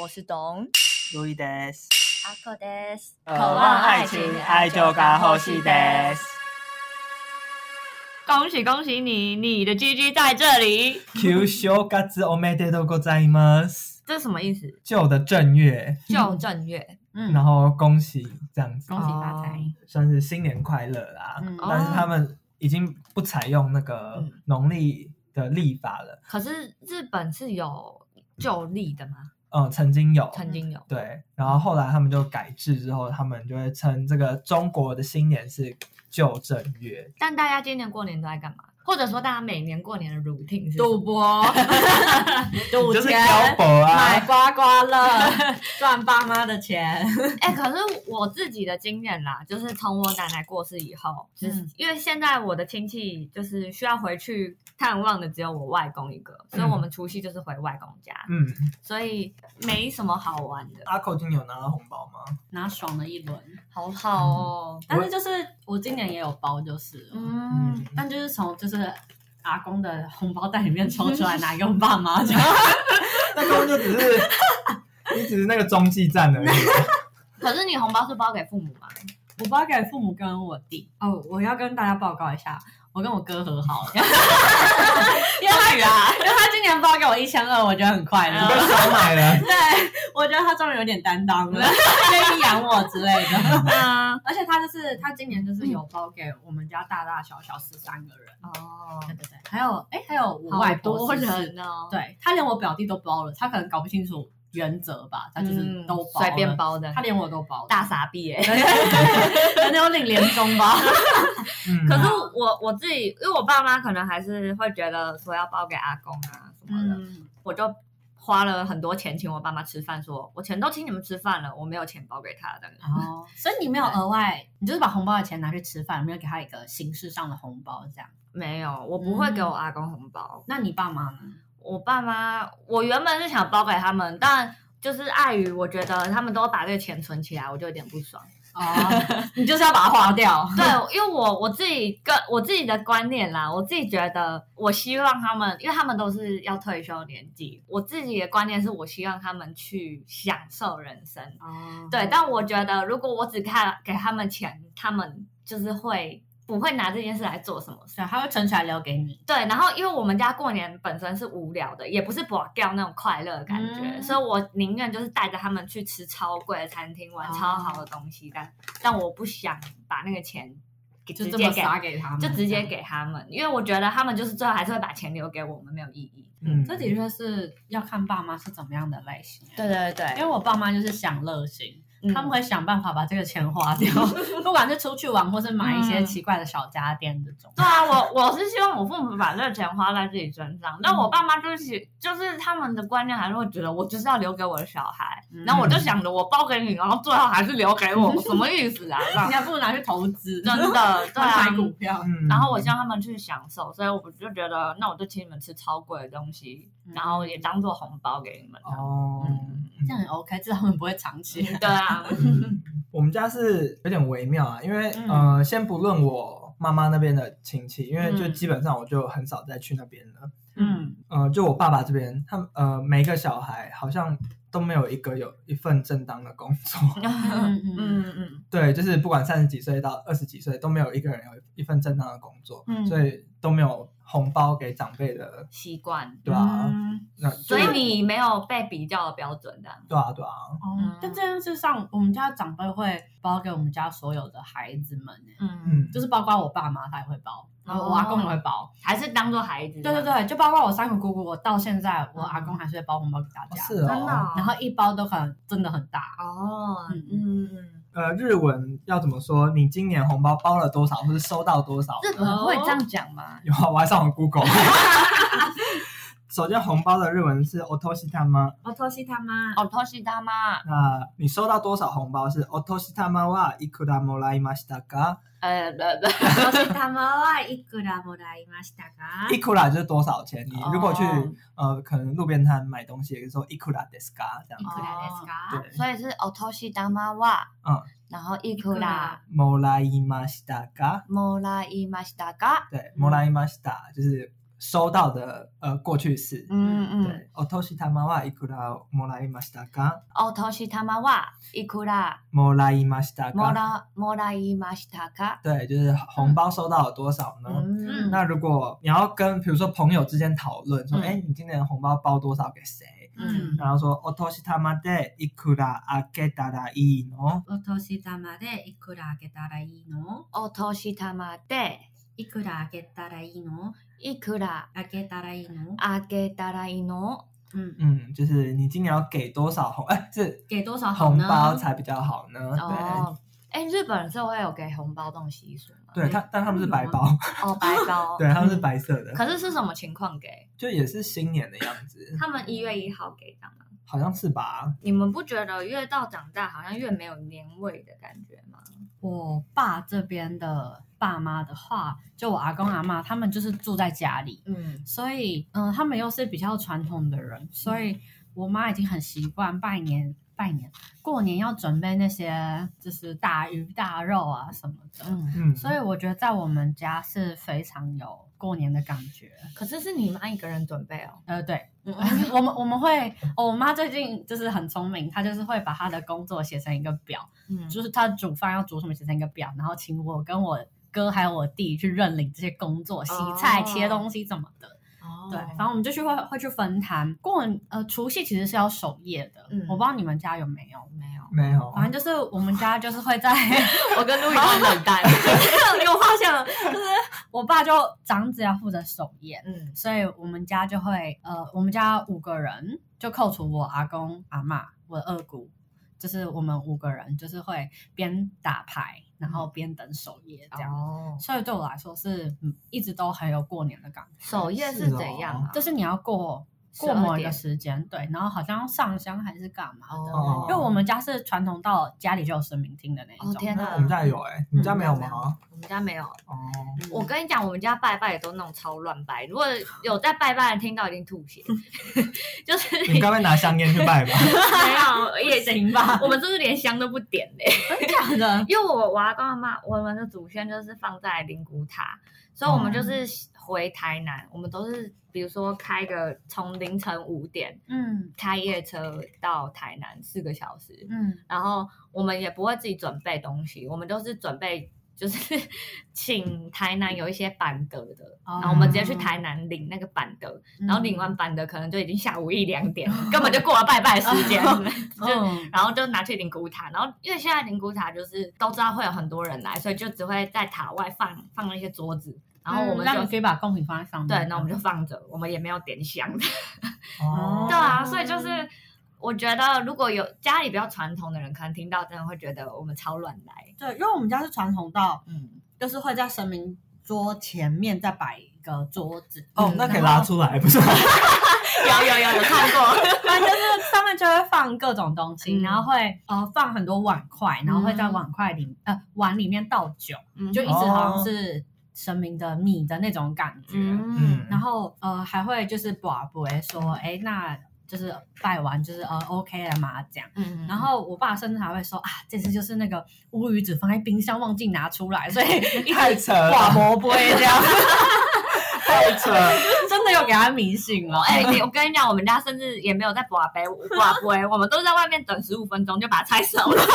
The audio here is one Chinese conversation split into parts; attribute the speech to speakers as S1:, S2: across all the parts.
S1: 我是董
S2: 路易德斯，
S1: 阿克德斯，
S2: 渴望爱情，爱就该呼吸德斯。
S3: 恭喜恭喜你，你的 GG 在这里。
S2: Q 修嘎子おめでとうございます。
S3: 这是什么意思？
S2: 旧的正月，
S3: 就正月，嗯，
S2: 然后恭喜这样子，
S3: 恭喜发财。
S1: 哦
S2: 算是新年快乐啦。
S1: 嗯
S2: 但是他们已经不采用那个
S3: 嗯
S2: 农历的历法了。
S3: 可是日本是有旧历的吗？
S2: 嗯，曾经有，
S3: 曾经有，
S2: 对，然后后来他们就改制之后，他们就会称这个中国的新年是旧正月。
S3: 但大家今年过年都在干嘛？或者说，大家每年过年的 routine 是什么
S4: 赌 博、赌
S2: 就是
S4: 钱、
S2: 漂泊啊
S4: 买，刮 刮乐、赚爸妈的钱。
S3: 哎、可是我自己的经验啦，就是从我奶奶过世以后，就是、
S4: 嗯
S3: 因为现在我的亲戚就是需要回去探望的只有我外公一个，所以我们除夕就是回外公家，
S2: 嗯，
S3: 所以没什么好玩的。
S2: 阿寇今年有拿到红包吗？
S4: 拿爽了一轮，
S3: 好好哦，
S4: 但是就是我今年也有包，就是，嗯，
S3: 嗯，
S2: 嗯
S4: 但就是从就是阿公的红包袋里面抽出来拿给我爸妈， 这样
S2: 那根本就只是你只是那个中继站 而已。
S3: 可是你红包是包给父母 吗？
S4: 我包给父母跟我弟。哦，我要跟大家报告一下，我跟我哥和好了， 因为他啊，嗯因为他今年包给我一千二，我觉得很快
S2: 你被
S4: 乐。
S2: 收买了，
S4: 对，我觉得他终于有点担当了， 愿意养我之类的。
S3: 啊，
S4: 而且他就是他今年就是有包给我们家大大小小十三个人，
S3: 哦，
S4: 对对对，还有哎、还有我
S3: 好
S4: 外
S3: 哦多
S4: 婆是不是，
S3: 人哦，，
S4: 对他连我表弟都包了，他可能搞不清楚原则吧，他就是都包
S3: 嗯
S4: 了、
S3: 随便包的，
S4: 他连我都包了，
S3: 大傻逼 哎、
S4: 可能有领年终吧，
S2: 嗯
S3: 可是我我自己，因为我爸妈可能还是会觉得说要包给阿公啊什么的，
S4: 嗯，
S3: 我就花了很多钱请我爸妈吃饭，说我钱都请你们吃饭了，我没有钱包给他的。
S4: 哦，所以你没有额外，你就是把红包的钱拿去吃饭，没有给他一个形式上的红包这样。
S3: 没有，我不会
S4: 嗯
S3: 给我阿公红包。
S4: 那你爸妈呢？
S3: 我爸妈，我原本是想包给他们，但就是碍于我觉得他们都把这个钱存起来，我就有点不爽。
S4: 哦， 你就是要把它花掉，
S3: 对，因为我我自己跟我自己的观念啦，我自己觉得，我希望他们，因为他们都是要退休年纪，我自己的观念是我希望他们去享受人生。
S4: 哦，
S3: 对，但我觉得如果我只看给他们钱，他们就是会不会拿这件事来做什么事？
S4: 啊对，他会存起来留给你。
S3: 对，然后因为我们家过年本身是无聊的，也不是bỏ掉那种快乐的感觉，
S4: 嗯
S3: 所以我宁愿就是带着他们去吃超贵的餐厅，玩超好的东西，但但我不想把那个钱给
S4: 就
S3: 直
S4: 这
S3: 接
S4: 么
S3: 给
S4: 撒给他们，
S3: 就直接。给他们，因为我觉得他们就是最后还是会把钱留给我们，没有意义。
S2: 嗯
S4: 这的确是要看爸妈是怎么样的类型，啊
S3: 对对对
S4: 因
S1: 哦
S4: 为我爸妈就是享乐型，
S3: 嗯
S4: 他们会想办法把这个钱花掉，不管是出去玩或是买一些
S3: 嗯
S4: 奇怪的小家电这种。
S3: 对啊，我我是希望我父母把这个钱花在自己身上，但我爸妈就是就是他们的观念还是会觉得我就是要留给我的小孩，
S4: 嗯
S3: 然后我就想着我包给你，然后最后还是留给我，什么意思啊？ 这样
S4: 你还不如拿去投 资，
S3: 真的对啊
S4: 买。股票。
S2: 嗯
S3: 然后我希望他们去享受，所以我就觉得，那我就请你们吃超贵的东西，
S4: 嗯
S3: 然后也当做红包给你们。
S2: 哦，
S4: 这样很 OK，至少他们不会长期。
S3: 对啊，
S2: 嗯我们家是有点微妙啊，因为
S3: 嗯
S2: 呃，先不论我妈妈那边的亲戚，因为就
S3: 嗯
S2: 基本上我就很少再去那边了。
S4: 嗯，
S2: 呃，就我爸爸这边，他们呃每个小孩好像都没有一个有一份正当的工作，
S3: 嗯
S4: 嗯嗯，
S3: 嗯嗯，
S2: 对，就是不管三十几岁到二十几岁都没有一个人有一份正当的工作，
S3: 嗯
S2: 所以都没有红包给长辈的，
S3: 习惯。
S2: 对啊，那
S3: 所以
S2: 就是
S3: 你没有被比较的标准的。
S2: 对啊对啊，
S4: 哦，但这件事上，我们家长辈会包给我们家所有的孩子们，哎
S3: 嗯，
S2: 嗯，
S4: 就是包括我爸妈，他也会包，然后我阿公也会包，
S3: 还是啊当做孩子。
S4: 对对，对，就包括我三个姑姑，我到现在我阿公还是会包红包给大
S2: 哦
S4: 家，
S2: 是
S3: 真的
S2: 哦，
S3: 哦。
S4: 然后一包都可能真的很 大，
S3: 哦，
S4: 嗯
S3: 嗯嗯，
S2: 呃，日文要怎么说？你今年红包包了多少，或是收到多少？
S3: 日
S1: 哦
S3: 本会这样讲吗？
S2: 有啊，我还上网 Google。首先，红包的日文是 otoshitama，
S4: 我偷袭他妈，
S3: 哦，偷袭大妈，
S2: 那你收到多少红包是 otoshitama wa ikura moraimashita ka？
S3: 呃，呃
S4: 偷袭他妈哇，一个拉莫拉伊玛西达嘎
S2: ikura 就是多少钱？你如果去、
S3: 哦
S2: 呃，可能路边摊买东西，也说 ikura desu ka 这样
S4: 一
S2: 子。
S4: 个拉斯嘎，
S2: 对
S3: 所以是哦，偷袭大妈哇，
S2: 嗯，
S3: 然后いくら
S2: moraimashita ka，
S3: もらいましたか？
S2: 对，moraimashita 就是收到的呃过去式。
S1: 嗯嗯，
S2: 对，お年玉はいくらもらいましたか？
S1: お年玉はいくら
S2: もらいました
S1: も
S2: か？
S1: らもらいましたか？
S2: 对，就是红包收到了多少呢？
S3: 嗯
S2: 那如果你要跟比如说朋友之间讨论说，
S1: 嗯
S2: 哎、你今年的红包包多少给谁？
S1: 嗯
S4: 嗯，
S2: 然后说お年玉でいくらあげたらいいの？
S4: お年玉でいくらあげたらいいの
S1: お年玉で
S4: いくらあげたらいいの
S1: いくら
S4: あげたらいいの
S1: あげたらいいの？
S4: うん。
S2: 嗯，就是你今年要给多少红？哎、是
S4: 给多少好
S2: 红
S4: 呢？
S2: 包才比较好呢？
S1: 哦，哎，日本是会有给红包这种习俗吗？
S2: 对对，他但他们是白包，
S1: 哦，白包，
S2: 对，他们是白色的，
S1: 可是是什么情况给？
S2: 就也是新年的样子，
S1: 他们一月一号给的吗？
S2: 好像是吧？
S1: 你们不觉得越到长大好像越没有年味的感觉 吗？
S4: 我爸这边的爸妈的话，就我阿公阿妈，他们就是住在家里，
S1: 嗯
S4: 所以嗯、呃他们又是比较传统的人，所以我妈已经很习惯拜年。拜年、过年要准备那些就是大鱼大肉啊什么的，
S1: 嗯，
S2: 嗯，
S4: 所以我觉得在我们家是非常有过年的感觉。
S1: 可是是你妈一个人准备哦。
S4: 呃，对， 我们我们会，哦我妈最近就是很聪明，她就是会把她的工作写成一个表，
S1: 嗯
S4: 就是她煮饭要煮什么写成一个表，然后请我跟我哥还有我弟去认领这些工作，洗菜、
S1: 哦
S4: 切东西怎么的。
S1: 哦
S4: 对，反正我们就去会会去分摊。过呃除夕其实是要守夜的，
S1: 嗯
S4: 我不知道你们家有没有。
S1: 没有，
S2: 没有，
S4: 反正就是我们家就是 会在，
S1: 我跟路易都很冷 淡。
S4: 有发现了，就是我爸就长子要负责守夜，
S1: 嗯
S4: 所以我们家就会呃，我们家五个人，就扣除我阿公、阿嬷、我的二姑，就是我们五个人，就是会边打牌，然后边等守夜这样。
S1: 嗯哦，
S4: 所以对我来说是，嗯，一直都很有过年的感觉，
S1: 首页是怎样啊？
S4: 就是你要过过
S1: 12
S4: 某一个
S1: 点
S4: 时间，对，然后好像上香还是干嘛的。
S2: 哦
S4: 因为我们家是传统到家里就有神明厅的那一种，
S1: 哦天
S2: 那
S1: 哪，
S2: 我们家有哎、你
S4: 嗯
S2: 们家没有
S4: 啊
S2: 吗？
S1: 我们家没有。
S2: 哦，
S1: 我跟你讲，我们家拜拜也都弄超乱拜，如果有在拜拜的听到，一定吐血。 就是
S2: 你该不会拿香烟去 拜吧？
S1: 没有也
S4: 行吧？
S1: 我们这是连香都不点嘞、
S4: 真的，
S1: 因为我我阿公阿妈，我们的祖先就是放在灵骨塔，所以我们就是
S3: 哦
S1: 回台南，我们都是比如说开个从凌晨五点
S4: 嗯
S1: 开夜车到台南四个小时，
S4: 嗯，
S1: 然后我们也不会自己准备东西，我们都是准备就是 请台南有一些板德的，然后我们直接去台南领那个板德，
S4: 哦嗯，
S1: 然后领完板德可能就已经下午一两点， 根本就过了拜拜时间，就
S4: 嗯，
S1: 然后就拿去灵骨塔，然后因为现在灵骨塔就是都知道会有很多人来，所以就只会在塔外放放那些桌子，然后我们就、
S4: 嗯让你可以把贡品放在上面，
S1: 对，那我们就放着，我们也没有点香，
S2: 哦，
S1: 对啊，所以就是我觉得如果有家里比较传统的人，可能听到真的会觉得我们超乱来，
S4: 对，因为我们家是传统到，
S1: 嗯，
S4: 就是会在神明桌前面再摆一个桌子，嗯
S2: 哦，那可以拉出来，不是吗？
S1: 有有有有看过，
S4: 反正 就是上面就会放各种东西，
S1: 嗯
S4: 然后会呃放很多碗筷，然后会在碗筷里、呃碗里面倒酒，
S1: 嗯
S4: 就一直好像是神明的米的那种感觉。
S1: 嗯
S2: 嗯，
S4: 然后呃还会就是寡不会说，哎，那就是拜完就是呃 OK 了嘛这样。
S1: 嗯
S4: 然后我爸甚至还会说啊，这次就是那个乌鱼子放在冰箱忘记拿出来，所以一
S2: 太
S4: 直
S2: 扯
S4: 挂
S2: 了，
S4: 魔杯这样，
S2: 太扯了，
S4: 真的有给他迷信 了。
S1: 哎、你我跟你讲，我们家甚至也没有在刮杯刮杯，我们都是在外面等十五分钟就把它拆手了。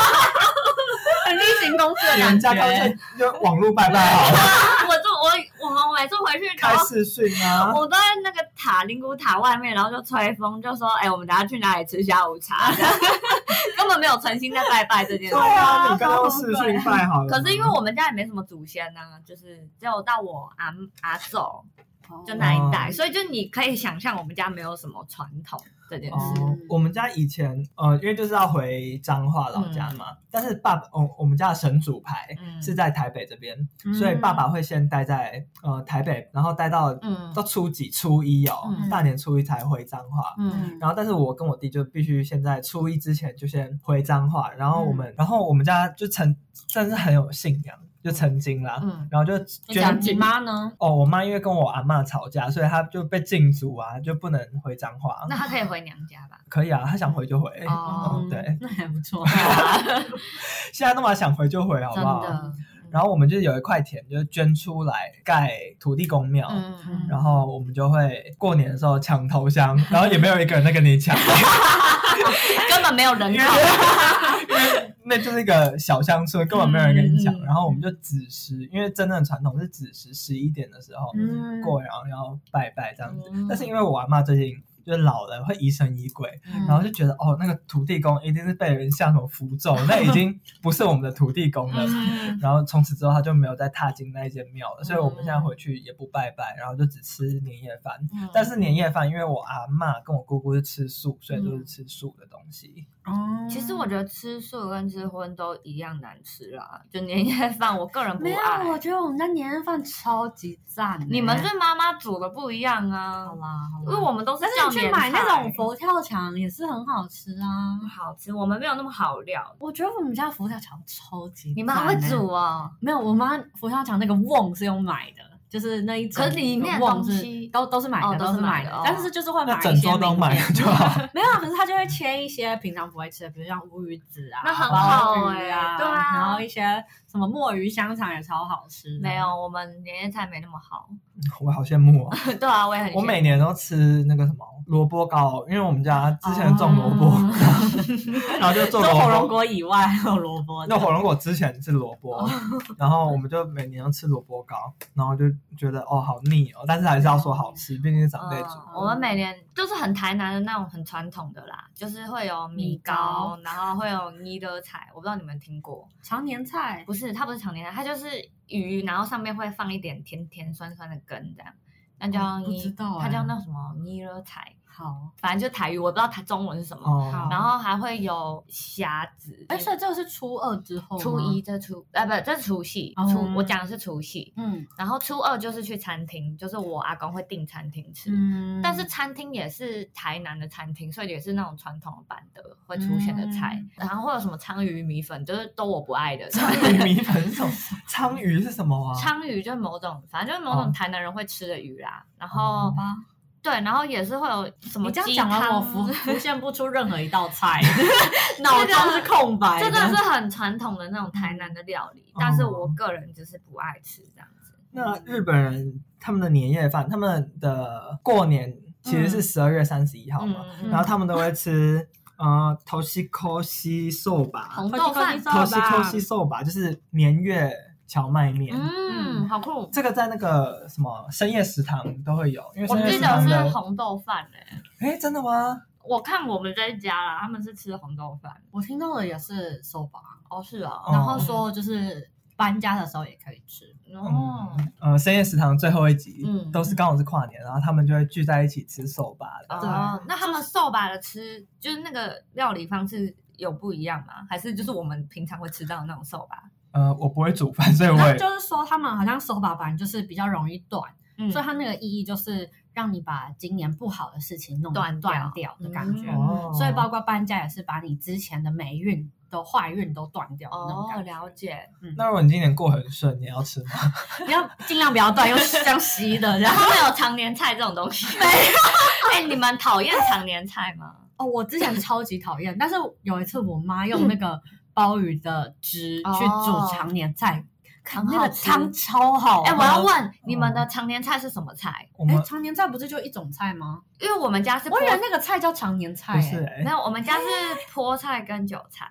S4: 很例行公事的
S2: 你
S4: 感
S2: 们家干
S4: 觉。
S2: 脆就网络拜拜好了，
S1: 我就我我们每次回去，然
S2: 开
S1: 后
S2: 视讯啊，
S1: 我都在那个塔灵谷塔外面，然后就吹风，就说：“哎、我们等下去哪里吃下午茶？”这样 根本没有诚心在拜拜这件事
S2: 对。啊，
S4: 对啊
S2: 你刚刚视讯拜好了，
S1: 可是因为我们家也没什么祖先呢、就是只有到我阿阿祖就那一代，
S2: 哦
S1: 所以就你可以想象我们家没有什么传统这件事。
S2: 哦，我们家以前呃，因为就是要回彰化老家嘛，但是爸爸，哦，我们家的神主牌
S1: 嗯
S2: 是在台北这边，所以爸爸会先待在呃台北，然后待到、
S1: 嗯
S2: 到初几初一哦，
S1: 嗯
S2: 大年初一才回彰化。
S1: 嗯
S2: 然后，但是我跟我弟就必须先在初一之前就先回彰化，然
S1: 嗯
S2: 后我们，然后我们家就曾真是很有信仰，就曾经啦，
S1: 嗯
S2: 然后就
S4: 讲
S2: 捐
S4: 你妈呢？
S2: 哦，我妈因为跟我阿嬷吵架，所以她就被禁足啊，就不能回彰化。
S1: 那他可以回娘家吧？
S2: 可以啊，她想回就回。
S1: 哦
S2: 嗯对，
S4: 那还不错。
S2: 现在都嘛想回就回，好不
S1: 真
S2: 好？
S1: 的，
S2: 然后我们就是有一块田，就是捐出来盖土地公庙。
S1: 嗯 嗯，
S2: 然后我们就会过年的时候抢头 香，然后也没有一个人在跟你抢，
S1: 根本没有 人口，
S2: 那就是一个小乡村，根本没有人跟你抢。
S1: 嗯嗯嗯
S2: 然后我们就子时，因为真正的传统是子时十一点的时候、
S1: 嗯
S2: 过，然后要拜拜这样子。
S1: 嗯
S2: 但是因为我阿妈最近就是老了，会疑神疑鬼，然
S4: 嗯
S2: 后就觉得哦，那个土地公一定是被人下手符咒，那已经不是我们的土地公了。
S1: 嗯
S2: 然后从此之后，他就没有再踏进那一间庙了，所以我们现在回去也不拜拜，然后就只吃年夜饭。
S1: 嗯
S2: 但是年夜饭，因为我阿嬷跟我姑姑是吃素，所以都是吃素的东西。
S4: 哦
S1: 其实我觉得吃素跟吃荤都一样难吃啦，就年夜饭，我个人不
S4: 没有，啊我
S1: 爱。
S4: 觉得我们家年夜饭超级赞欸。
S1: 你们是妈妈煮的不一样啊
S4: 好，啦，好啦
S1: 因为我们都是
S4: 但是
S1: 叫
S4: 你去
S1: 年
S4: 买那
S1: 菜
S4: 种佛跳墙也是很好吃啊。
S1: 好吃，我们没有那么好料。
S4: 我觉得我们家佛跳墙超级、欸
S1: 你们还会煮？哦？
S4: 没有，我妈佛跳墙那个瓮是用买的，就是那一整
S1: 可是里面的
S4: 个瓮是
S1: 东西
S4: 都都是买的，
S1: 哦都是
S4: 是
S1: 买
S4: 买
S1: 的哦
S4: 但是就是会买
S2: 那
S4: 一
S2: 整
S4: 些
S2: 桌都
S4: 名
S2: 买
S4: 片
S2: 就好。
S4: 没有，可是他就会切一些平常不会吃的，比如像乌鱼子啊，
S1: 那很
S4: 鲍
S1: 好
S4: 鱼
S1: 欸
S4: 啊，
S1: 对啊
S4: 然后一些什么墨鱼香肠也超好吃。
S1: 没有，，我们年夜菜没那么好。
S2: 我好羡慕哦！
S1: 对啊，我也很
S2: 我
S1: 羡
S2: 每
S1: 慕
S2: 年都吃那个什么萝卜糕，因为我们家之前种萝卜，
S4: 哦
S2: 然后就
S4: 除
S2: 做
S4: 了火
S2: 萝
S4: 龙
S2: 卜。
S4: 果以外还有萝
S1: 啊
S4: 卜的。
S2: 那火龙果之前是萝卜，
S1: 哦
S2: 然后我们就每年都吃萝卜糕，然后就觉得哦好腻哦，但是还是要说好吃，毕竟是长辈煮。
S1: 嗯我们每年就是很台南的那种很传统的啦，就是会有米糕，然后会有泥的菜，我不知道你们听过？
S4: 常年菜
S1: 不是，它不是常年菜，它就是鱼，然后上面会放一点甜甜酸酸的根这样，那叫
S4: 哦不
S1: 泥
S4: 知道
S1: 它
S4: 欸
S1: 叫那什么泥了菜，
S4: 好，
S1: 反正就台语，我不知道它中文是什么。
S2: 哦
S4: 好
S1: 然后还会有虾子，
S4: 哎，所以这个是初二之后，
S1: 初一，这初呃不这是除夕，
S4: 哦
S1: 初我讲的是除夕，
S4: 嗯
S1: 然后初二就是去餐厅，就是我阿公会订餐厅吃，
S4: 嗯，
S1: 但是餐厅也是台南的餐厅，所以也是那种传统版的会出现的菜，
S4: 嗯
S1: 然后会有什么鲳鱼米粉，就是都我不爱的。
S2: 鲳鱼米粉是什么？鲳鱼是什
S4: 哦
S2: 么啊？
S1: 鲳鱼就是某种，反正就是某
S2: 哦
S1: 种台南人会吃的鱼啦。然
S2: 好
S1: 后
S4: 吧
S1: 对，然后也是会有什么
S4: 哦你这样
S1: 鸡
S4: 讲完，我浮
S1: 汤
S4: 浮现不出任何一道 菜，脑中是空白。
S1: 这真的是很传统的那种台南的料理，但是我个人就是不爱吃这样子。
S2: 那日本人他们的年夜饭，他们的过年其实是十二月三十一号嘛，
S1: 嗯，
S2: 然后他们都会吃呃头西扣西寿吧，
S1: 哦嗯红豆饭，
S2: 头西扣西寿吧就是年月荞麦面。
S1: 嗯，好酷。
S2: 这个在那个什么深夜食堂都会有，因为
S1: 我
S2: 深夜
S1: 记
S2: 食
S1: 得
S2: 堂
S1: 是
S2: 的，
S1: 红豆饭哎、
S2: 哎，真的吗？
S1: 我看我们这一家啦，他们是吃红豆饭。
S4: 我听到的也是手把，
S1: 哦，是啊、
S2: 哦
S4: 然后说就是搬家的时候也可以吃。
S1: 哦，
S2: 呃，深夜食堂最后一集，
S1: 嗯
S2: 都是刚好是跨年，然后他们就会聚在一起吃寿吧的。
S1: 哦，那他们寿把的吃，就是那个料理方式有不一样吗？还是就是我们平常会吃到的那种寿 把？
S2: 呃，我不会煮饭，所以我
S4: 然后
S2: 也
S4: 就是说，他们好像手把本来就是比较容易断，
S1: 嗯
S4: 所以它那个意义就是让你把今年不好的事情弄
S1: 断掉
S4: 断掉的感觉。
S1: 嗯
S2: 哦
S4: 所以包括搬家也是把你之前的霉运都坏运都断掉的那种
S1: 哦，
S4: 感觉。嗯
S1: 了解。
S2: 那如果你今年过很顺，你要吃
S1: 哎
S2: 吗？
S4: 你要尽量不要 断，用像吸的这
S1: 然。
S4: 样
S1: 后会有常年菜这种东西？没有。 哎，你们讨厌常年菜 吗？
S4: 哦，我之前超级讨厌，但是有一次我妈用那个鲍鱼的汁
S1: 哦
S4: 去煮常年菜，看
S1: 很
S4: 那
S1: 好
S4: 个
S1: 吃
S4: 汤超好喝。
S1: 哎，我要问你们的常年菜是什么菜？
S2: 我
S4: 哎，
S2: 们
S4: 常年菜不是就一种菜吗？
S1: 因为我们家是
S4: 我以为
S1: 菠
S4: 那个菜叫常年菜、
S2: 不是
S4: 哎
S2: 哎
S1: 没，有，我们家是菠菜跟韭菜。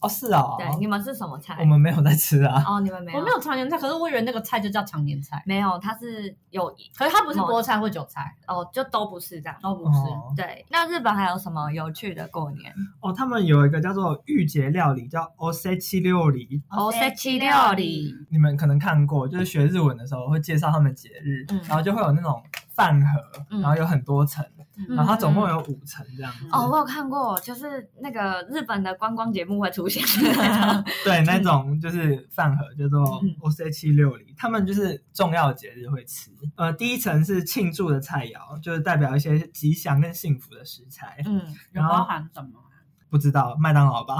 S2: 哦是哦，
S1: 对，你们是什么菜
S2: 我？们没有在吃啊。
S1: 哦，你们没有，
S4: 我没有常年菜，可是我以为那个菜就叫常年菜，
S1: 没有，它是有
S4: 可是它不是菠菜或韭菜，
S1: 哦，就都不是这样。
S4: 都不是。
S2: 哦
S1: 对，那日本还有什么有趣的过年？
S2: 哦，他们有一个叫做御节料理，叫 o s e c h i 料理，
S1: 哦，
S4: 哦
S1: 塞
S4: 七
S1: 七
S4: 料
S1: 料
S4: 理
S1: 理，
S2: 你们可能看过，就是学日文的时候会介绍他们节日，
S1: 嗯
S2: 然后就会有那种饭盒，
S1: 嗯
S2: 然后有很多层，
S4: 嗯
S2: 然哦后它总共有五层这样子。
S1: 哦，我有看过，就是那个日本的观光节目会出 现的那种
S2: 对，那种就是饭盒叫做
S1: 嗯
S2: O C 七六零，他们就是重要的节日会吃。呃，第一层是庆祝的菜肴，就是代表一些吉祥跟幸福的食材。
S1: 嗯，
S4: 有包含什么？啊
S2: 不知道麦 当劳吧？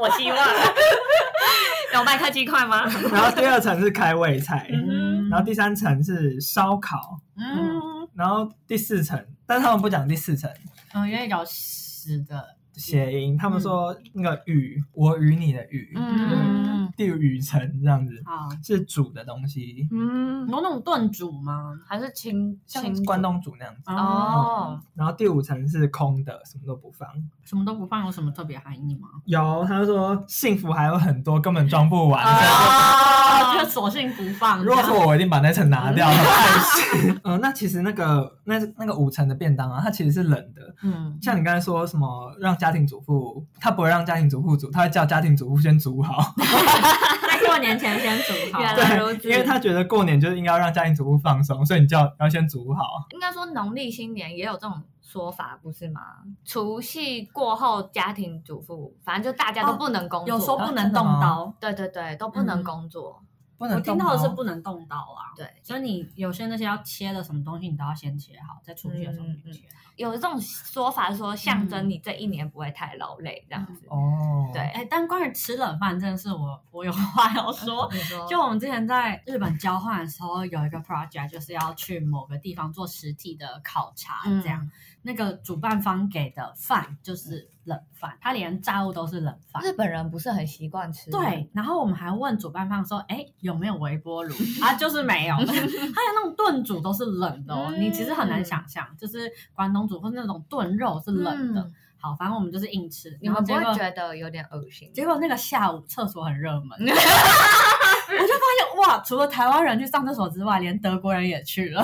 S1: 我希 望有麦克鸡块吗？
S2: 然后第二层是开胃菜，
S1: 嗯
S2: 然后第三层是烧烤，
S4: 嗯
S2: 然后第四层，但他们不讲第四层，
S4: 嗯，因为有死的
S2: 谐音，他们说那个雨，我与你的雨，
S1: 嗯
S2: 地雨城这样子，
S4: 好，
S2: 是煮的东西，
S1: 嗯，
S4: 有那种炖煮吗？
S1: 还是清
S2: 像
S1: 清
S2: 关东煮那样子。
S1: 哦，
S2: 然后第五层是空的，什么都不放。
S4: 嗯什么都不放，有什么特别含义吗？
S2: 有，他说幸福还有很多，根本装不 完。所以
S4: 啊，
S1: 哦
S4: 就索性不放。
S2: 如果是我，我一定把那层拿 掉。但 是，嗯，那其实那个那那个五层的便当啊，它其实是冷的。
S4: 嗯，
S2: 像你刚才说什么让家庭主妇，他不会让家庭主妇煮，他会叫家庭主妇先煮好，
S4: 在过年前先煮好。
S1: 原来如此
S2: 对，因为他觉得过年就是应该要让家庭主妇放松，所以你就要要先煮好。
S1: 应该说农历新年也有这种说法，不是吗？除夕过后，家庭主妇，反正就大家都不能工作，
S4: 哦有说不
S2: 啊
S4: 能嗯
S2: 真的
S4: 动
S2: 吗
S4: 刀，
S1: 对对对，都不能工作，
S2: 不
S4: 我
S2: 能
S4: 听
S2: 动
S4: 到的是
S2: 刀
S4: 不能动刀啊。
S1: 对，
S4: 所以你有些那些要切的什么东西，你都要先切好，再出去的时候
S1: 嗯嗯
S4: 先切好。
S1: 有这种说法说象
S4: 嗯
S1: 征你这一年不会太劳累这样子。
S2: 哦，
S1: 对
S4: 哎，但关于吃冷饭这件事，我我有话要说。
S1: 你说
S4: 就我们之前在日本交换的时候，有一个 project 就是要去某个地方做实体的考察，这
S1: 嗯
S4: 样、那个主办方给的饭就是冷饭，他连炸物都是冷饭。
S1: 日本人不是很习惯吃，
S4: 对，然后我们还问主办方说：“哎，有没有微波炉？”
S1: 嗯
S4: 啊，就是没 有。还有那种炖煮都是冷的哦，
S1: 嗯
S4: 你其实很难想象，就是关东煮或是那种炖肉是冷的。
S1: 嗯
S4: 好，反正我们就是硬吃。
S1: 你
S4: 然后
S1: 们不
S4: 结
S1: 会
S4: 果
S1: 觉得有点恶心？
S4: 结果那个下午厕所很热门， 我就发现哇，除了台湾人去上厕所之外，连德国人也 去了。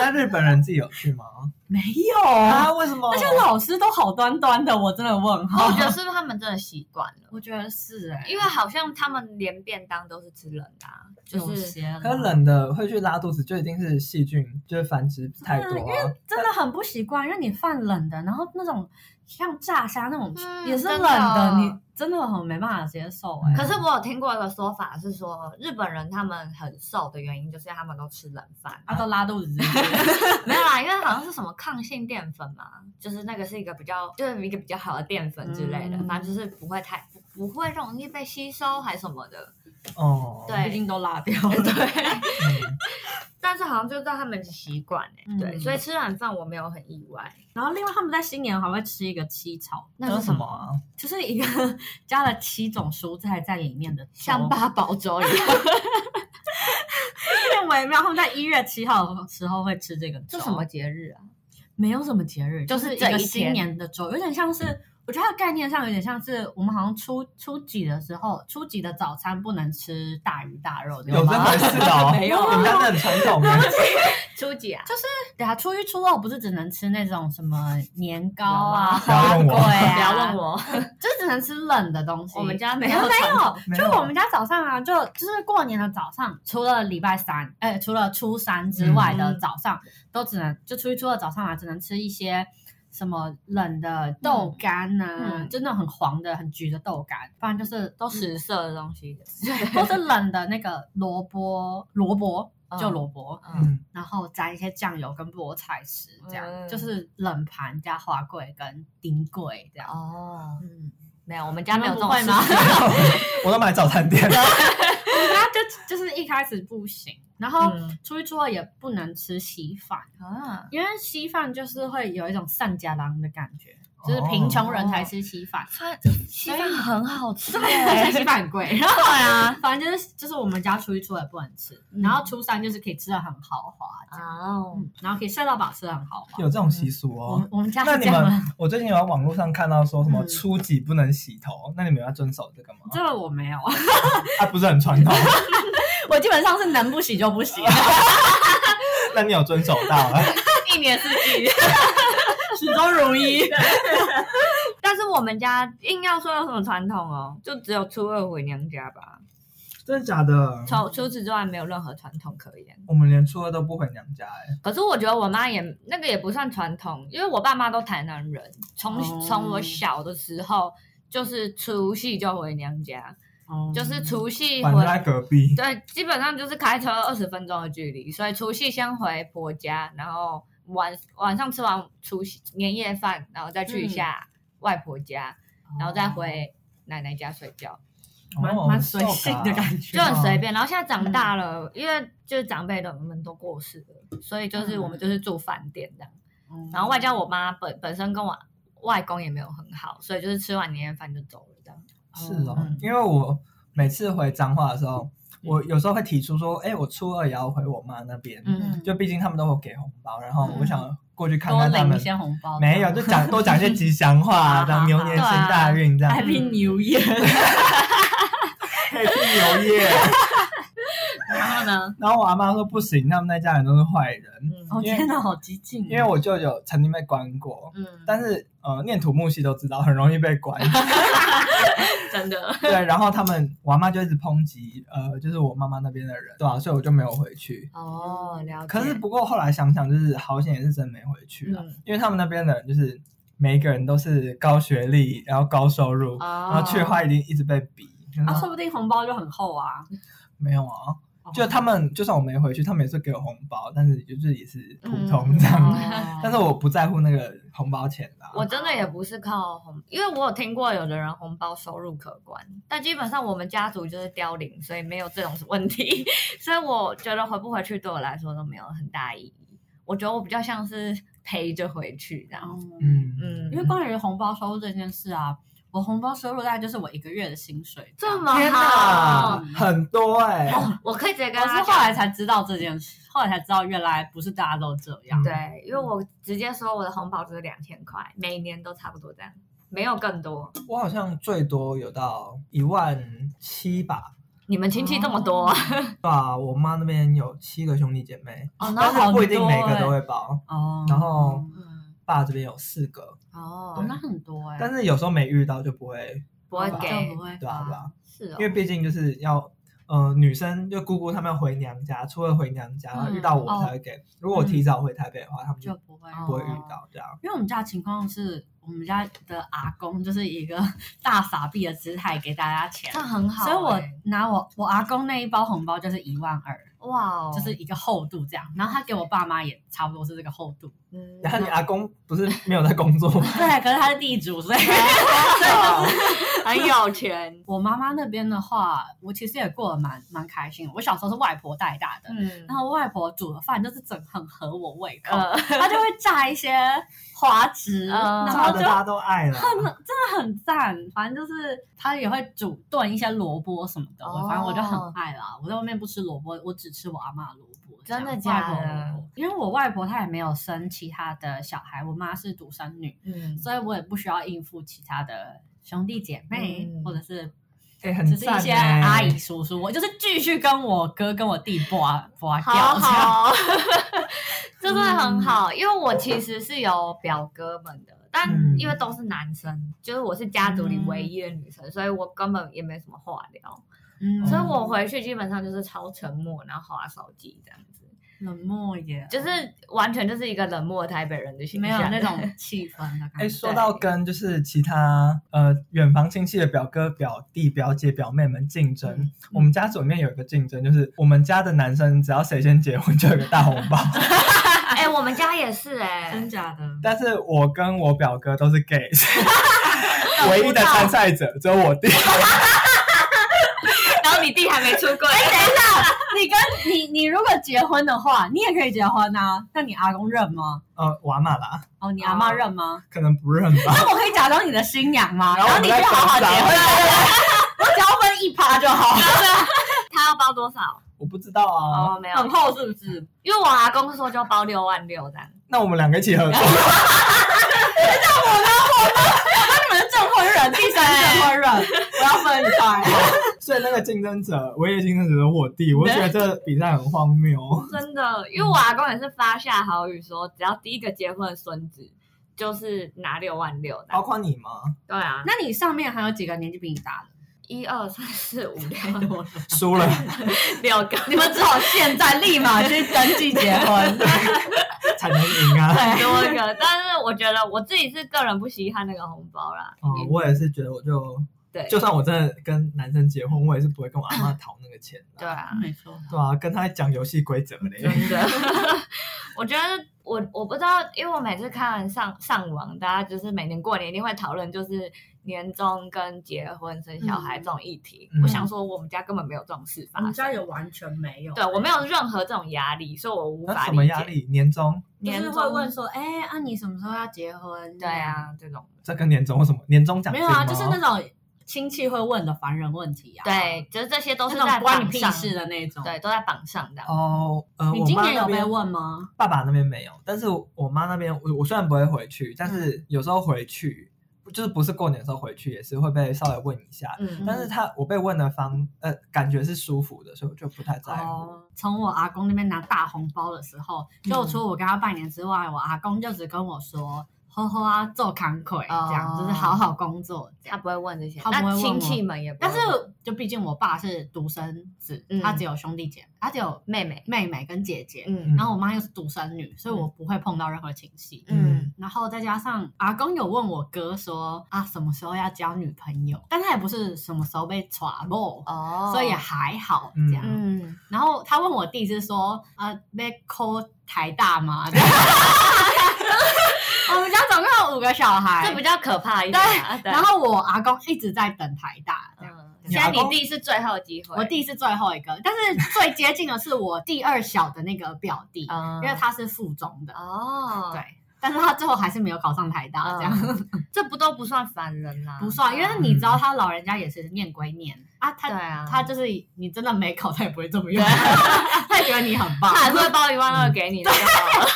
S2: 那日本人自己有去吗？
S4: 没有，
S2: 啊，为什
S1: 哦
S2: 么？
S4: 那些老师都好端端的，我真的问
S1: 我
S4: 号。
S1: 觉得是不是他们真的习惯了？
S4: 我觉得是哎、
S1: 因为好像他们连便当都是吃冷的、啊，就
S4: 有
S1: 是
S4: 些啦
S2: 可是冷的会去拉肚子，就一定是细菌，就是繁殖太多、
S4: 嗯因
S2: 啊。
S4: 真的很不习惯，因为你饭冷的，然后那种像炸虾那种、
S1: 嗯
S4: 也是冷
S1: 真的
S4: 你真的很没办法接受哎、
S2: 嗯
S1: 可是我有听过一个说法是说，日本人他们很瘦的原因就是他们都吃冷饭，
S4: 啊，都拉肚 子，
S1: 没有啊啦，因为好像是什么抗性淀粉嘛，就是那个是一个比较，就是一个比较好的淀粉之类的，
S4: 嗯
S1: 反正就是不会太不不会容易被吸收还什么的。
S2: 哦，
S1: 对
S4: 毕竟都拉掉了。对，
S2: 嗯
S1: 但是好像就是他们的习惯哎，
S4: 嗯
S1: 对，所以吃软饭我没有很意外。
S4: 然后另外他们在新年还会吃一个七草，
S1: 那是
S2: 什么？啊？
S4: 就是一个 加了七种蔬菜在里面的粥，
S1: 像八宝粥一样，
S4: 有点微妙。他们在一月七号的时候会吃这个粥，
S1: 这什么节日啊？
S4: 没有什么节日，
S1: 就是
S4: 是一
S1: 这
S4: 个
S1: 一
S4: 新
S1: 天
S4: 年的粥，有点像是，我觉得它的概念上有点像是我们好像初初几的时候，初几的早餐不能吃大鱼大肉，对
S2: 有这
S4: 吗？
S2: 回事的哦？
S4: 没有
S2: 你们家真的很传统哎。
S1: 初几啊？
S4: 对啊，初一初二不是只能吃那种什么年糕啊、
S2: 不要
S4: 花
S2: 问
S4: 粿
S2: 我
S4: 啊，
S1: 不要问， 我，
S4: 就只能吃冷的东西。
S1: 我们家没
S4: 没
S1: 有
S4: 有
S1: 传统
S2: 没
S4: 没有，
S2: 有
S4: 就我们家早上啊，就就是过年的早上，呃除了礼拜三，哎、除了初三之外的
S1: 嗯
S4: 早上，啊都只能就初一初二早上啊，只能吃一些什么冷的豆干呐、
S1: 嗯嗯
S4: 就那种很黄的、很橘的豆干，不然就是都
S1: 食
S4: 是、
S1: 色的东西。
S4: 都是冷的那个萝卜，萝卜
S1: 嗯
S4: 就萝卜，
S1: 嗯，
S2: 嗯，
S4: 然后沾一些酱油跟菠菜吃，这样、
S1: 嗯
S4: 就是冷盘加花桂跟丁桂这样。
S1: 哦，
S4: 嗯，
S1: 没有，我们家没有这种
S4: 你
S1: 事
S4: 们不会吗
S1: 情。
S2: 我都买早餐店。
S4: 我们家就就是一开始不行，然后
S1: 嗯
S4: 初一初二也不能吃稀饭，
S1: 啊，
S4: 因为稀饭就是会有一种散家郎的感觉，就是贫穷人才吃稀饭，
S1: 饭稀饭很好吃
S4: 对，
S1: 欸，
S4: 稀饭很贵。 然后啊，反正就是就是我们家初一初二不能吃，
S1: 嗯
S4: 然后初三就是可以吃的很豪华，这样
S1: 哦，
S4: 嗯，然后可以睡到饱，吃的很豪 华。
S2: 有这种习俗
S4: 我
S2: 哦
S4: 们。我们家
S2: 那
S4: 是这
S2: 你
S4: 样
S2: 们
S4: 的，，
S2: 我最近有在网络上看到说什么
S4: 嗯
S2: 初几不能洗头，那你们要遵守这个吗？
S4: 这个我没有，
S2: 啊，不是很传统，
S4: 我基本上是能不洗就不洗，
S2: 那你有遵守到啊？
S1: 一年四季。
S4: 始终如 一。
S1: 但是我们家硬要说有什么传统哦，就只有初二回娘家吧。
S2: 真的假的？
S1: 除除此之外，没有任何传统可言。
S2: 我们连初二都不回娘家哎。
S1: 可是我觉得我妈也那个也不算传统，因为我爸妈都台南人，从
S4: 哦
S1: 从我小的时候就是除夕就回娘家，
S4: 哦
S1: 就是除夕
S2: 反正
S1: 回
S2: 就。在隔壁。
S1: 对，基本上就是开车二十分钟的距离，所以除夕先回婆家，然后晚晚上吃完除夕年夜饭，然后再去一下外婆家，然后再回奶奶家睡觉，
S4: 蛮
S2: 哦
S4: 蛮随性的
S2: 受
S4: 感觉
S1: 就。很随便。然后现在长大了，因为就是长辈的我们都过
S4: 哦
S1: 世了，所以就是我们就是住饭店这样。然后外加我妈本本身跟我外公也没有很好，所以就是吃完年夜饭就走了这样。
S2: 是
S4: 哦
S2: 哦，
S4: 嗯
S2: 因为我每次回彰化的时候，我有时候会提出说，哎、我初二也要回我妈那边，
S1: 嗯，
S2: 就毕竟他们都有给红包，然后我想过去看
S4: 嗯多
S2: 看他
S4: 领一
S2: 们。
S4: 些红包。啊
S2: 没有，就讲多讲一些吉祥话、
S4: 好好好
S2: 这样牛年行大运这样，
S4: Happy
S1: 嗯
S4: New Year。
S2: 可以去牛 业。
S1: 然后呢？
S2: 然后我阿妈说不行，他们那家人都是坏人，
S1: 嗯
S4: 哦天哪，好激进！
S2: 因为我舅舅曾经被关过，
S1: 嗯，
S2: 但是呃，念土木系都知道很容易被关。
S1: 真的，
S2: 对，然后他们我阿妈就一直抨击，呃，就是我妈妈那边的人，对啊，所以我就没有回去。
S1: 哦，了解。
S2: 可是不过后来想想，就是好险也是真没回去啊，
S1: 嗯
S2: 因为他们那边的人就是每一个人都是高学历，然后高收入，然
S1: 哦
S2: 后去的话一定一直被逼。
S4: 啊，
S2: 就是
S4: 说不定红包就很厚啊。
S2: 没有啊
S4: 哦，
S2: 就他们就算我没回去，他们也是给我红包，但是就是也是普通
S1: 嗯
S2: 这样。
S1: 哦
S2: 但是我不在乎那个红包钱啦。
S1: 我真的也不是靠红，因为我有听过有的人红包收入可观，但基本上我们家族就是凋零，所以没有这种问题， 所以我觉得回不回去对我来说都没有很大意义。我觉得我比较像是陪着回去这样，
S4: 嗯，
S2: 嗯，
S1: 嗯，
S4: 因为关于红包收入这件事啊，我红包收入大概就是我一个月的薪水。
S1: 这么
S2: 天哪
S1: 好，，
S2: 很多哎、
S4: 哦
S1: 我可以直接跟
S4: 我是
S1: 他
S4: 后来
S1: 讲。
S4: 才知道这件事，后来才知道原来不是大家都这样。
S1: 对，因为我直接说我的红包就是两千块，每年都差不多这样，没有更多。
S2: 我好像最多有到一万七吧。
S1: 你们亲戚这么
S4: 哦
S1: 多，
S2: 对啊，我妈那边有七个兄弟姐妹，
S4: 哦，
S2: 但
S4: 那
S2: 是
S4: 好
S2: 不一定
S4: 多
S2: 每个
S4: 欸
S2: 都会包。
S4: 哦，
S2: 然后
S1: 嗯，
S2: 爸这边有四个，
S4: 哦
S1: 哦，
S4: 那很多哎，
S2: 但是有时候没遇到就不会，
S1: 不会
S4: 哦
S1: 给
S4: 不，会
S2: 对啊对啊，
S1: 是哦，
S2: 因为毕竟就是要。呃，女生就姑姑她们回娘家，初二回娘家，然
S4: 嗯
S2: 后遇到我才会
S4: 哦
S2: 给。如果我提早回台北的话，他们
S4: 就
S2: 就
S4: 不会。
S1: 哦
S2: 不会遇到这样。
S4: 因为我们家的情况是我们家的阿公就是以一个大傻逼的姿态给大家钱
S1: 这，很好
S4: 所
S1: 欸、
S4: 以我拿我我阿公那一包红包就是一万二，
S1: 我哇哦，
S4: 就是一个厚度这样。然后他给我爸妈也差不多是这个厚度，
S1: 嗯
S2: 然后你阿公不是没有在工作吗？
S4: 对，可是他是地主， 所以
S1: 很有钱，
S4: 我妈妈那边的话，我其实也过得蛮蛮开心的。我小时候是外婆带大的，
S1: 嗯
S4: 然后外婆煮的饭就是整很合我胃口，
S1: 呃，
S4: 她就会炸一些花枝，
S1: 嗯
S4: 然
S2: 炸
S4: 后
S2: 的
S4: 就
S2: 大家都爱 了。
S4: 很赞。反正就是她也会煮炖一些萝卜什么的，
S1: 哦
S4: 反正我就很爱啦。我在外面不吃萝卜，我只吃我阿妈萝卜，
S1: 真的
S4: 这样
S1: 假的
S4: 外婆萝卜因为我外婆她也没有生其他的小孩，我妈是独生女，
S1: 嗯，
S4: 所以我也不需要应付其他的兄弟姐妹、
S1: 嗯
S4: 或者是
S2: 哎、很
S4: 只是一
S2: 赞
S4: 些
S2: 欸
S4: 阿姨叔叔，我就是继续跟我哥跟我弟拔拔掉。
S1: 好好，这真的很好，
S4: 嗯
S1: 因为我其实是有表哥们的。但
S2: 嗯
S1: 因为都是男生，就是我是家族里唯一的女生，所以我根本也没什么话聊，
S4: 嗯
S1: 所以我回去基本上就是超沉默，然后划手机这样子，
S4: 冷漠一点，
S1: 就是完全就是一个冷漠的台北人的形象，
S4: 没有那种气氛的
S2: 哎、
S4: 感觉。
S2: 说到跟就是其他呃远房亲戚的表哥、表弟、表姐、表妹们竞争，
S1: 嗯
S2: 我们家族里面有一个竞争，就是我们家的男生只要谁先结婚就有个大红包。
S1: 哎、我们家也是 哎、
S4: 真假的，
S2: 但是我跟我表哥都是 gay，唯一的参赛者只有我弟。
S1: 然后你弟还没出柜，
S4: 你跟你你如果结婚的话，你也可以结婚啊。那你阿公认吗？
S2: 呃，瓦玛啦，
S4: 哦，你阿妈认吗？
S2: 可能不认吧。
S4: 那我可以假装你的新娘吗？
S2: 然 后
S4: 然后
S2: 我们
S4: 你
S2: 再
S4: 就好好结
S2: 找
S4: 婚，我只要分一趴就好。
S1: 他要包多少？
S2: 我不知道 啊。
S1: 哦，没有，
S4: 很厚是不是？
S1: 因为我阿公说就包六万六这样。
S2: 那我们两个一起合作，
S4: 那你们是证 婚人，第三证婚人，我要分一块。
S2: 所以那个竞争者，唯一的竞争者是我弟。我觉得这个比赛很荒谬。
S1: 真的，因为我阿公也是发下豪语说，只要第一个结婚的孙子就是拿六万六的
S2: 包。括你吗？
S1: 对啊，
S4: 那你上面还有几个年纪比你大的？
S1: 一二三四五六
S4: 多了。
S2: 输了。
S1: 六 个，
S4: 你们只好现在立马去登记结 婚。
S2: 才能赢 啊！
S1: 很多个，但是我觉得我自己是个人不稀罕那个红包啦。
S2: 哦，我也是觉得，我就
S1: 对
S2: 就算我真的跟男生结婚，我也是不会跟我阿妈讨那个钱的。
S1: 对啊，
S4: 没错，
S2: 对啊，跟他讲游戏规则嘞。
S1: 真的， 我觉得我我不知道，因为我每次看上上网，大家就是每年过年一定会讨论，就是年终跟结婚生小孩
S4: 嗯
S1: 这种议题。
S2: 嗯
S1: 我想说，我们家根本没有这种事
S4: 我
S1: 发
S4: 们家
S1: 生。
S4: 也完全没有。
S1: 对我没有任何这种压力，所以我无
S2: 那
S1: 法
S2: 什
S1: 理
S2: 么压
S1: 解。
S2: 力？年终
S4: 就
S1: 年
S4: 是
S1: 终
S4: 会问说，哎、啊你什么时候要结婚？
S1: 对，啊这种的，
S2: 这跟年终有什么？年终奖
S4: 没
S2: 金
S4: 有啊，
S2: 吗
S4: 就是那种亲戚会问的烦人问题啊，，
S1: 对，哎就是这些都
S4: 那
S1: 是
S4: 种
S1: 在
S4: 关你
S1: 榜
S4: 屁
S1: 上，
S4: 事的那种。
S1: 对，，都在榜上的。
S2: 哦，呃，
S4: 你
S2: 我
S4: 今
S2: 妈
S4: 年有
S2: 那
S4: 被
S2: 边
S4: 问吗？
S2: 爸爸那边没有，但是我妈那边，我我虽然不会回
S4: 嗯
S2: 去，但是有时候回去，就是不是过年的时候回去，也是会被稍微问一下。
S1: 嗯
S2: 但是他我被问的方，呃，感觉是舒服的，所以我就不太在乎。
S4: 哦，从我阿公那边拿大红包的时候，
S1: 嗯
S4: 就除了我跟他拜年之外，我阿公就只跟我说：“呵呵啊，做扛魁，这样、
S1: 哦
S4: 就是好好工作。”这
S1: 他
S4: 样，
S1: 不会问这些，
S4: 他不会
S1: 那
S4: 问
S1: 亲
S4: 我
S1: 戚们也不会
S4: 但
S1: 问，
S4: 是就毕竟我爸是独生子，
S1: 嗯
S4: 他只有兄弟姐，他只有
S1: 妹妹，
S4: 妹妹跟姐姐，
S1: 嗯
S4: 然后我妈又是独生女，所以我不会碰到任何亲戚。
S1: 嗯
S4: 然后再加上阿公有问我哥说啊什么时候要交女朋友，但他也不是什么时候被娶某，
S1: 哦，
S4: 所以还好这样。
S1: 嗯，
S4: 然后他问我弟是说，呃，被扣台大吗？ 我们家总共有五个小孩，
S1: 这比较可怕一点啊。对
S4: 然后我阿公一直在等台大，这样
S1: 嗯
S2: 你
S1: 现在
S2: 阿
S1: 你
S2: 公
S1: 弟是最后机会，
S4: 我弟是最后一个，但是最接近的是我第二小的那个表 弟，
S1: 嗯，
S4: 因为他是附中的，
S1: 哦，
S4: 对，但是他最后还是没有考上台大，这样、
S1: 嗯，这不都不算烦人啦，
S4: 不算，因为你知道他老人家也是念归念啊，他
S1: 对啊
S4: 他就是你真的没考，他也不会这么用， 他也觉得你很棒
S1: 他，还会包一万二给你，那就好了。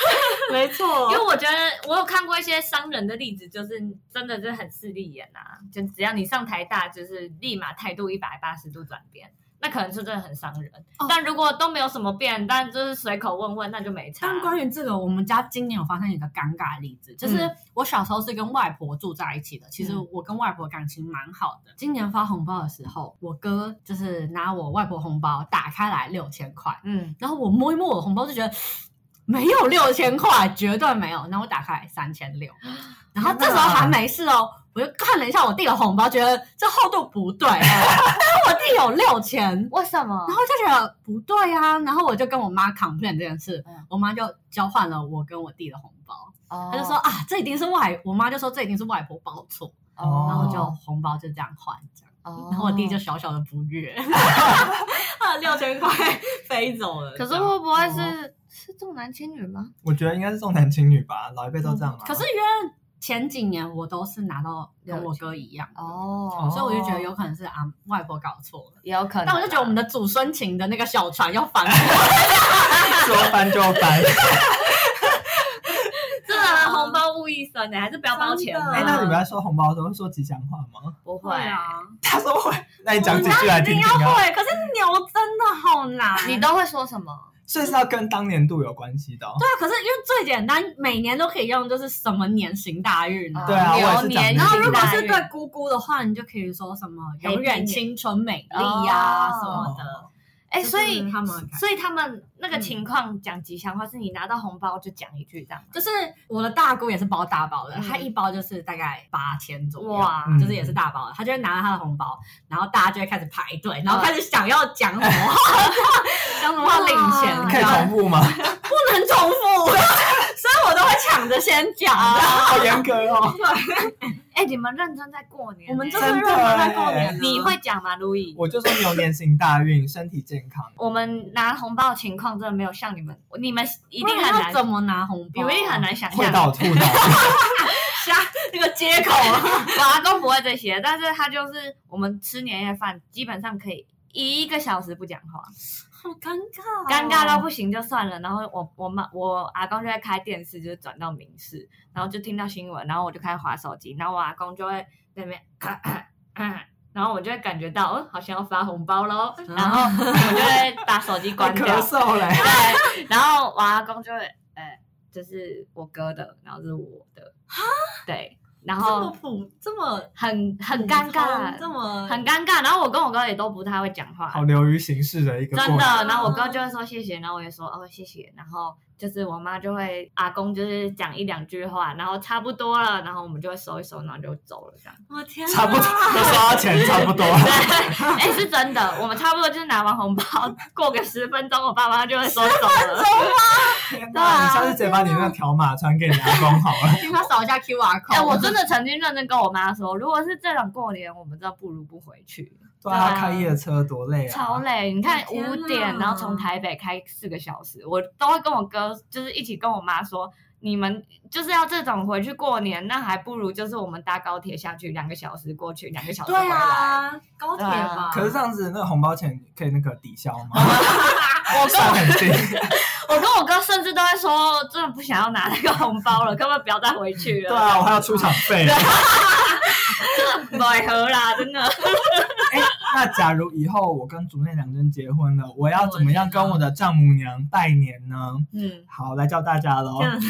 S4: 没 错
S1: 因为我觉得我有看过一些商人的例子，就是真的是很势利眼啊，就只要你上台大，就是立马态度一百八十度转变。那可能是真的很伤人，
S4: 哦
S1: 但如果都没有什么变，但就是随口问问，那就没差。
S4: 但关于这个，我们家今年有发生一个尴尬的例子，就是我小时候是跟外婆住在一起的，其实我跟外婆感情蛮好的。今年发红包的时候，我哥就是拿我外婆红包打开来六千块，
S1: 嗯，
S4: 然后我摸一摸我的红包就觉得。没有六千块，绝对没有。然后我打开来三千六，然后这时候还没事哦，我就看了一下我弟的红包，觉得这厚度不 对，哦我弟有六千，
S1: 为什么
S4: 然后就觉得不对啊，然后我就跟我妈 complain 这件事，
S1: 嗯哦
S4: 我妈就交换了我跟我弟的红包，
S1: 他
S4: 她就说啊，这一定是外，我妈就说这一定是外婆包错，
S2: 哦
S4: 然后我就红包就这样换，这样，
S1: 哦
S4: 然后我弟就小小的不悦， 他的六千块飞走了。
S1: 可
S4: 这
S1: 是
S4: 样
S1: 会不会是是重男轻女吗？
S2: 我觉得应该是重男轻女吧，老一辈都这样啊嘛。
S4: 嗯可是因为前几年我都是拿到跟我哥一样，
S1: 哦
S4: 所以我就觉得有可能是啊外婆搞错了。
S1: 也有可能啦，
S4: 但我就觉得我们的祖孙情的那个小船要翻过来
S2: 说翻就翻。
S1: 真的啊红包误一生呢，欸还是不要包钱吧
S4: 真的
S2: 哎、那你们在收红包的时候会说吉祥话吗？
S1: 不会
S4: 会啊，
S2: 他说会，那你讲几句来听听
S4: 我那一定要
S2: 啊。
S4: 会，可是牛真的好 难。
S1: 你都会说什么？
S2: 所以是要跟当年度有关系的、哦。
S4: 对啊，可是因为最简单，每年都可以用，就是什么年行大运啊。
S2: 对啊我也
S1: 牛
S2: 是
S1: 年，
S2: 长这
S4: 然
S2: 样
S4: 后如果是对姑姑的话，你就可以说什么
S1: 黑
S4: 永远
S1: 金
S4: 青春美丽呀
S1: 哦
S4: 什么的。
S1: 哎，
S4: 就是
S1: 所以
S4: 他们
S1: 所以他们那
S4: 嗯
S1: 个情况讲吉祥话，是你拿到红包就讲一句这样吗。
S4: 就是我的大姑也是包大包的，
S1: 嗯
S4: 她一包就是大概八千左右，
S1: 哇
S4: 就是也是大包的，她就会拿着她的红包，然后大家就会开始排队，然后开始想要讲什么 话，讲什么话领钱，
S1: 哇
S2: 可以
S4: 然后
S2: 重复吗？
S4: 不能重复，所以我都会抢着先讲。
S2: 好严格哦。
S1: 哎，你们认真在过年呢，
S4: 我们
S1: 就
S4: 就是认真在过年啊，
S1: 你会讲吗，路易？
S2: 我就说牛年行大运，身体健康。
S1: 我们拿红包的情况真的没有像你们，你们一
S4: 一
S1: 定很难，
S4: 怎么拿红
S1: 你
S4: 包，啊
S1: 们一定很难想
S2: 会
S1: 象。
S2: 到吐到，
S4: 下那个接口。
S1: 我阿公不会这些，但是他就是我们吃年夜饭，基本上可以一个小时不讲话，
S4: 好尴尬、哦
S1: 尴尬到不行就算了。然后我我妈我阿公就会开电视，就是转到民视，然后就听到新闻，然后我就开始划手机，然后我阿公就会在那边咳咳咳，然后我就会感觉到，哦，好像要发红包
S4: 啊
S1: 喽，然后
S4: 后
S1: 我就会把手机
S2: 会
S1: 关掉
S2: 咳，嗽嘞。
S1: 对，然后我阿公就会，呃，就是我哥的，然后是我的，对，然
S4: 这么
S1: 后
S4: 普这么
S1: 很很尴尬，
S4: 这么
S1: 很尴尬。然后我跟我哥也都不太会讲话，
S4: 哦
S2: 好流于形式的一个
S1: 真
S2: 过
S1: 的。
S2: 程。
S1: 然后我哥就会说谢谢，然后我也说哦谢谢。然后就是我妈就会阿公就是讲一两句话，然后差不多了，然后我们就会收一收，然后就走了这样。
S4: 我天啊哪
S2: 差不多，都收到钱差 不多。
S1: 对， 哎、是真的，我们差不多就是拿完红包，过个十分钟，我爸妈就会收走了。
S2: 天
S1: 啊
S2: 哪你下次直接把你那个条码传给你阿公好了。
S4: 请他扫一下 QR
S1: 哎、
S4: code。
S1: 我真的曾经认真跟我妈说，如果是这种过年，我们真的不如不回去。
S2: 对啊，
S1: 对啊
S2: 开夜车多累啊，
S1: 超累！你看
S3: 天
S1: 五点，
S3: 哪
S1: 然后从台北开四个小时，我都会跟我哥，就是一起跟我妈说，你们就是要这种回去过年，那还不如就是我们搭高铁下去，两个小时过去，两个小时回
S4: 对
S1: 来。
S4: 啊，高铁吧。
S2: 可是这样子，那个红包钱可以那个抵消 吗？
S1: 我跟
S2: 算很近，
S1: 我跟我哥甚至都在说，真的不想要拿那个红包了，根本不要再回去了。
S2: 对啊，我还要出场费。
S4: 啊
S1: 真的买盒啦，真的。
S2: 哎， 那假如以后我跟竹内良真结婚了，我要怎么样跟我的丈母娘拜年呢？
S1: 嗯，
S2: 好，来教大家喽
S4: 这。样子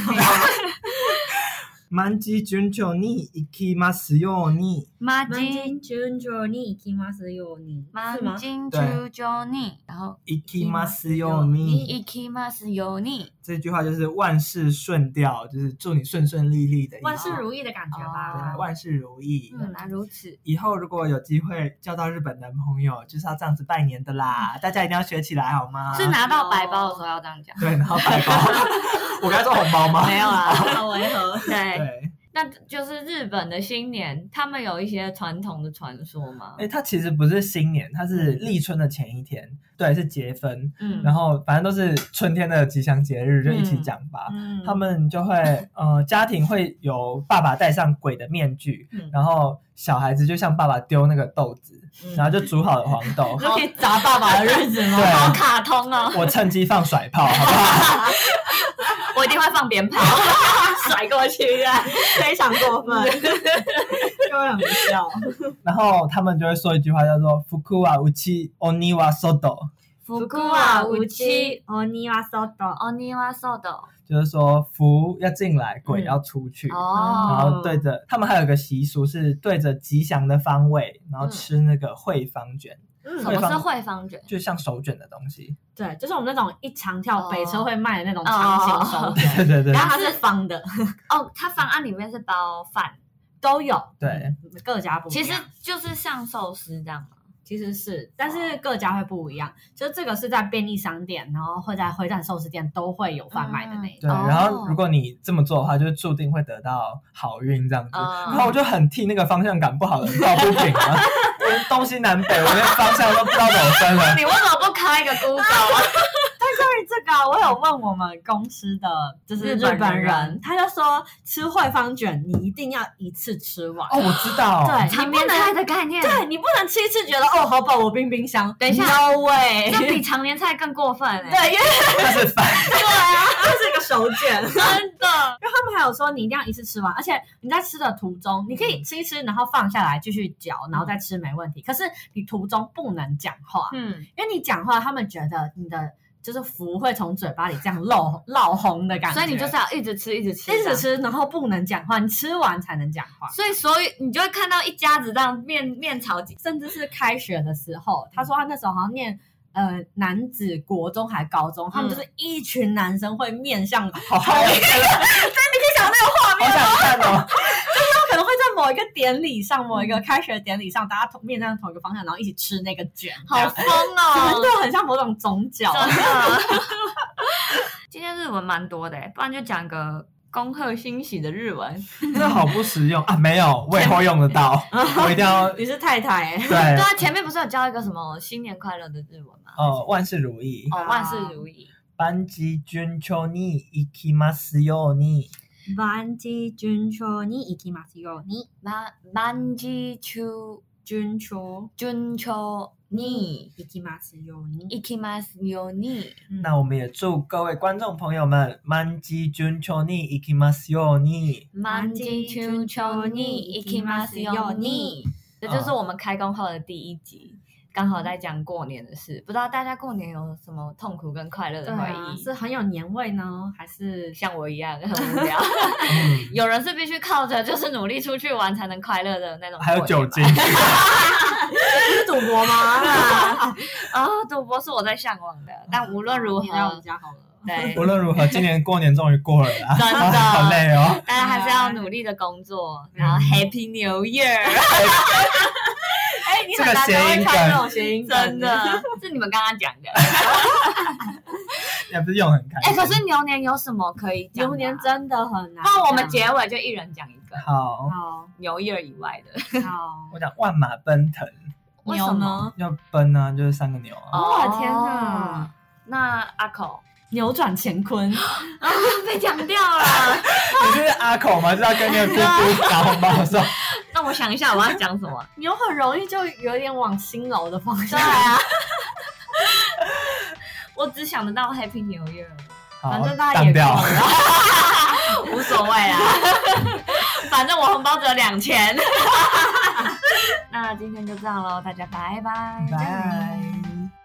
S2: 满吉順調に行きますように。
S1: 马
S4: マジ
S1: 金
S4: ンジュンジョに行きますように。
S1: 马
S4: 是吗？
S1: 金就就你，然后
S2: 行きますように。
S1: 一 k mas 有你，
S2: 这句话就是万事顺调，就是祝你顺顺利利的意思。
S4: 万事嗯如意的感觉
S2: 对
S4: 吧。
S2: 万事如意。
S1: 原来如此。
S2: 以后如果有机会交到日本男朋友，就是要这样子拜年的啦，大家一定要学起来好吗？
S1: 嗯是拿到白包的时候要这样讲，
S2: 对，然后白 包，我刚才说红包吗？
S1: 没有啊哎啦。
S4: 好违和。
S1: 对，
S2: 对，
S1: 那就是日本的新年，他们有一些传统的传说吗？
S2: 哎，它其实不是新年，它是立春的前一天，对，是结婚，
S1: 嗯，
S2: 然后反正都是春天的吉祥节日，就一起讲吧。
S4: 嗯
S2: 他们就会呃，家庭会有爸爸戴上鬼的面具，
S1: 嗯
S2: 然后小孩子就向爸爸丢那个豆子，
S1: 嗯
S2: 然后就煮好了黄 豆。
S3: 就可以砸爸爸的日子吗？
S1: 好
S2: 对，
S1: 卡通哦，
S2: 我趁机放甩炮，好不好？
S1: 我一定会放鞭炮甩过去的。
S4: 非常过分， 就会很不笑。
S2: 然后他们就会说一句话叫做“福库啊瓦乌七欧尼瓦索斗
S4: 哦
S1: 福库啊，无期，
S4: 七，哦，你哇骚的，
S1: 哦，尼瓦寿斗”，
S2: 就是说福要进来，鬼要出去。然
S1: 哦，
S2: 后对着他们还有个习俗是对着吉祥的方位，然后
S1: 嗯
S2: 吃那个烩方卷，
S4: 嗯
S1: 什么是惠方卷？
S2: 就像手卷的东西。
S4: 对，就是我们那种一长条北车会卖的那种
S1: 哦
S4: 长形手 卷，
S2: 对对对
S4: 然后它是方的，
S1: 哦，它方案里面是包饭，
S4: 都有，
S2: 对，
S4: 各家不一
S1: 其
S4: 样。
S1: 实就是像寿司这样嘛。
S4: 其实是，但是各家会不一样，就是这个是在便利商店，然后会在会站寿司店都会有贩卖的那一种。
S2: 对。
S1: 哦
S2: 然后如果你这么做的话，就注定会得到好运这样子。
S1: 哦
S2: 然后我就很替那个方向感不好的人抱不平 啊，我连东西南北，我连方向都不知道怎么分了。
S1: 你为什么不开一个 Google？啊
S4: 关于这个啊，我有问我们公司的就是
S1: 日
S4: 日
S1: 本人
S4: 本人，他就说吃惠方卷你一定要一次吃完，
S2: 哦，我知道，
S4: 对
S1: 场面菜的概念，
S4: 哎对你不能吃一次觉 得哦好饱，我冰冰箱。
S1: 等一下
S4: ，No way，
S1: 这比常年菜更过分哎！
S4: 对，因为
S2: 那是反
S4: 这啊是一个手 卷。
S1: 真的，
S4: 他们还有说你一定要一次吃完，而且你在吃的途中，你可以吃一吃，然后放下来继续嚼，然后再吃没问题。嗯可是你途中不能讲话，
S1: 嗯，
S4: 因为你讲话，他们觉得你的就是福会从嘴巴里这样漏漏红的感觉，
S1: 所以你就是要一直吃，一直吃，
S4: 一直。吃，然后不能讲话，你吃完才能讲话。
S1: 所以，所以你就会看到一家子这样面面朝几
S4: 甚至是开学的时候，他说他那时候好像念。呃，男子国中还高中，他们就是一群男生会面向， 他
S2: 好 好，真的，你可以想那个画面，好想看哦。
S4: 可能会在某一个典礼上，某一个开学典礼上，大家同面向同一个方向，然后一起吃那个卷，
S1: 好
S4: 真
S1: 疯 哦！
S4: 的很像某种宗教。
S1: 真的。今天日文蛮多的欸，不然就讲个恭贺新喜的日文。
S2: 真的好不实用啊！没有，我以后用得 到，我一定要
S4: 哦你是太太、 欸，
S2: 对
S1: 对啊，前面不是有教一个什么新年快乐的日文吗？
S2: 哦，万事如意。
S1: 哦，万事如意。
S2: 班级順調に行きますように。
S4: 万事順調に行きますように。
S1: 万万事秋
S4: 順調
S1: 順調に
S4: 行きますように。
S1: 行きますように。
S2: 那我们也祝各位观众朋友们，班级順調に行きますように。
S1: 万事順調に行きますように。这就是我们开工后的第一集，刚好在讲过年的事。不知道大家过年有什么痛苦跟快乐
S4: 对
S1: 的回
S4: 啊，
S1: 忆？
S4: 是很有年味呢，还是
S1: 像我一样很无聊，
S2: 嗯，
S1: 有人是必须靠着就是努力出去玩才能快乐的那种过年吧。
S2: 还有酒精，
S4: 是赌博 吗？
S1: 啊，赌博是我在向往的，但无论如
S4: 哦你来我们
S1: 何，
S4: 家好了。
S1: 对
S2: 无，论如何，今年过年终于过了啦，
S1: 真的
S4: 啊
S2: 好累哦。
S1: 大家还是要努力的工作，然后
S2: 嗯
S1: Happy New Year。
S4: 哎，你
S2: 这个谐音梗
S4: 这种谐音梗
S1: 真的。是你们刚刚讲的。
S2: 也不是用得很开
S1: 哎、
S2: 心。
S1: 可是牛年有什么可以讲、啊？
S4: 流年，真的很难讲。
S1: 那我们结尾就一人讲一个
S2: 好，
S4: 好
S1: 牛 year 以外的。
S4: 好
S2: 我讲万马奔腾，
S4: 为什么？
S2: 要奔啊，就是三个牛啊。
S4: 哇
S1: 哦
S4: 天哪！
S1: 那阿口
S4: 扭转乾坤，
S1: 啊被强掉了。
S2: 你就是阿口吗？就是要跟你的姑姑打红包的时候，
S1: 那我想一下我要讲什 么。
S4: 牛很容易就有点往新楼的方向
S1: 对。啊，我只想得到 Happy New Year，
S2: 好
S4: 反正大家
S2: 挡
S4: 也
S2: 掉。
S4: 够了
S1: 无所谓啦，反正我红包只有两千。那今天就这样喽，大家拜拜。
S2: 拜。